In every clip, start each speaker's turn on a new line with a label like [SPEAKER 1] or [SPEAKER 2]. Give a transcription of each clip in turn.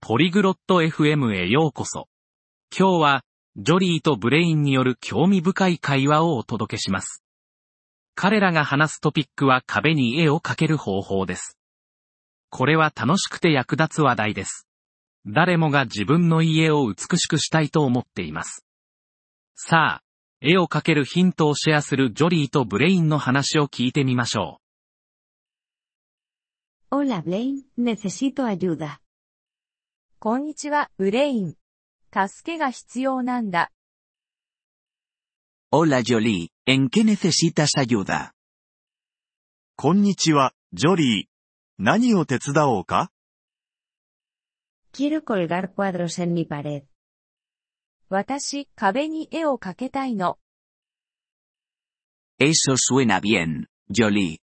[SPEAKER 1] ポリグロット FM へようこそ。今日は、ジョリーとブレインによる興味深い会話をお届けします。彼らが話すトピックは壁に絵を描ける方法です。これは楽しくて役立つ話題です。誰もが自分の家を美しくしたいと思っています。さあ、絵を描けるヒントをシェアするジョリーとブレインの話を聞いてみましょう。
[SPEAKER 2] Hola Blaine, necesito ayuda.
[SPEAKER 3] こんにちは、ブレイン。助けが必要なんだ。
[SPEAKER 4] Hola Jolie, ¿en qué necesitas ayuda?
[SPEAKER 5] こんにちは、ジョリー。何を手伝おうか
[SPEAKER 2] Quiero colgar cuadros en mi pared.
[SPEAKER 3] 私、壁に絵を描けたいの。
[SPEAKER 4] Eso suena bien, Jolie.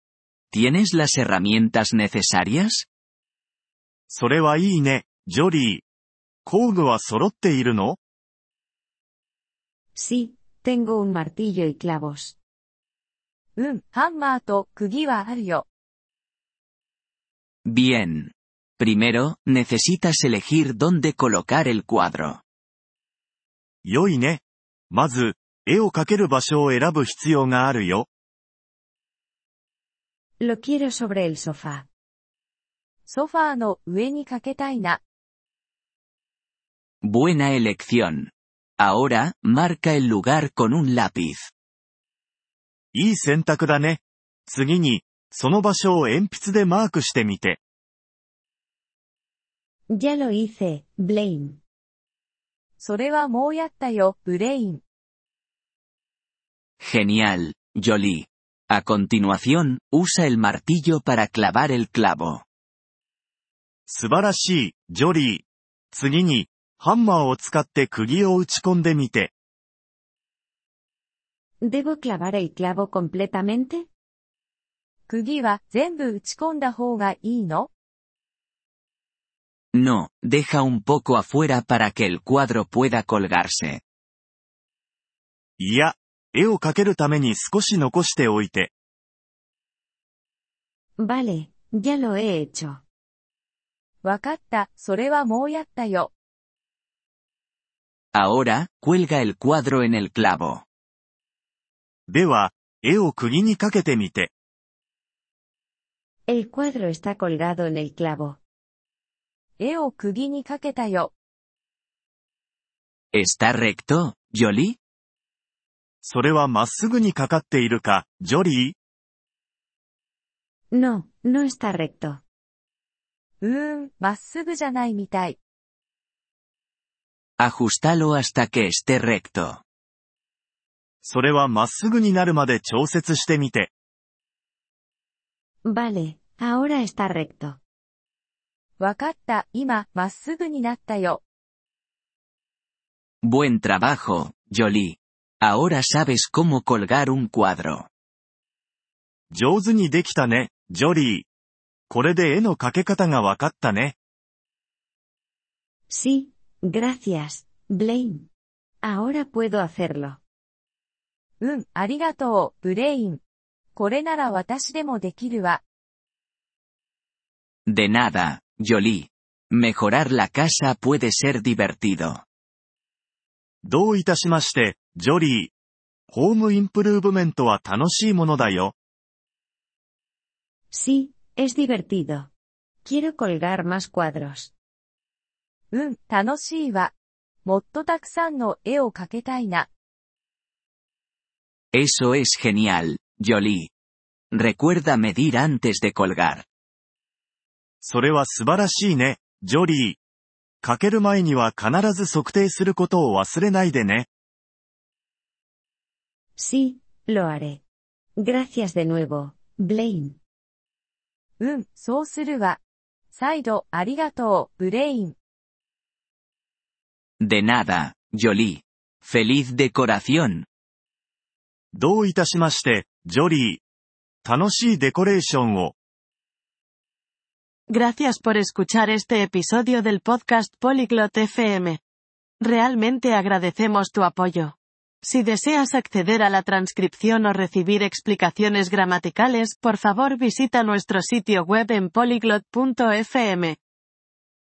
[SPEAKER 4] ¿Tienes las herramientas necesarias?
[SPEAKER 5] それはいいね、ジョリー。工具は揃っているの
[SPEAKER 2] Sí, tengo un martillo y clavos.
[SPEAKER 3] うん、ハンマーと釘はあるよ。
[SPEAKER 4] Bien. Primero, necesitas elegir dónde colocar el cuadro.
[SPEAKER 5] 良いね。まず、絵を描ける場所を選ぶ必要があるよ。
[SPEAKER 2] Lo quiero sobre el sofá.
[SPEAKER 3] ソファーの上に描けたいな。
[SPEAKER 4] Buena elección. Ahora, marca el lugar con un lápiz.
[SPEAKER 5] いい選択だね。次に、その場所を鉛筆でマークしてみて。
[SPEAKER 2] Ya lo hice, Blaine.
[SPEAKER 3] それはもうやったよ、ブレイン。
[SPEAKER 4] Genial, Jolie. A continuación, usa el martillo para clavar el clavo.
[SPEAKER 5] 素晴らしい、ジョリー。次に、ハンマーを使って釘を打ち込んでみて。
[SPEAKER 2] ¿Debo clavar el clavo completamente?
[SPEAKER 3] 釘は全部打ち込んだ方がいいの
[SPEAKER 4] No, deja un poco afuera para que el cuadro pueda colgarse.
[SPEAKER 5] いや、絵を描けるために少し残しておいて。
[SPEAKER 2] Vale, ya lo he hecho.
[SPEAKER 3] わかった、それはもうやったよ。
[SPEAKER 4] Ahora, cuelga el cuadro en el clavo.
[SPEAKER 5] では、絵を釘にかけてみて。
[SPEAKER 2] El cuadro está colgado en el clavo.
[SPEAKER 3] 絵を釘に描けたよ。
[SPEAKER 4] ¿Está recto, Jolie?
[SPEAKER 5] それはまっすぐにかかっているか、ジョリー
[SPEAKER 2] No, no está recto.
[SPEAKER 3] うーん、まっすぐじゃないみたい。
[SPEAKER 4] Ajustalo hasta que esté recto.
[SPEAKER 5] それはまっすぐになるまで調節してみて。
[SPEAKER 2] Vale, ahora está recto.
[SPEAKER 3] わかった、今、まっすぐになったよ。
[SPEAKER 4] Buen trabajo, Jolie. Ahora sabes cómo colgar un cuadro.
[SPEAKER 5] 上手にできたね、ジョリー。これで絵の描け方がわかったね。
[SPEAKER 2] Sí, gracias, Blaine. Ahora puedo hacerlo.
[SPEAKER 3] うん、ありがとう、ブレイン。これなら私でもできるわ。
[SPEAKER 4] De nada, Jolie. Mejorar la casa puede ser divertido.
[SPEAKER 5] どういたしまして、ジョリー。ホームインプルーブメントは楽しいものだよ。
[SPEAKER 2] Sí, es divertido. Quiero colgar más cuadros.
[SPEAKER 3] うん、楽しいわ。もっとたくさんの絵を描けたいな。
[SPEAKER 4] Eso es genial, Jolie. Recuerda medir antes de colgar.
[SPEAKER 5] それは素晴らしいね、ジョリー。描ける前には必ず測定することを忘れないでね。
[SPEAKER 2] Sí, lo haré. Gracias de nuevo, Blaine.
[SPEAKER 3] うん、そうするわ。再度、ありがとう、ブレイン。
[SPEAKER 4] De nada, Jolie. Feliz decoración.
[SPEAKER 5] どういたしまして、ジョリー。楽しいデコレーションを。
[SPEAKER 6] Gracias por escuchar este episodio del podcast Polyglot FM. Realmente agradecemos tu apoyo. Si deseas acceder a la transcripción o recibir explicaciones gramaticales, por favor visita nuestro sitio web en polyglot.fm.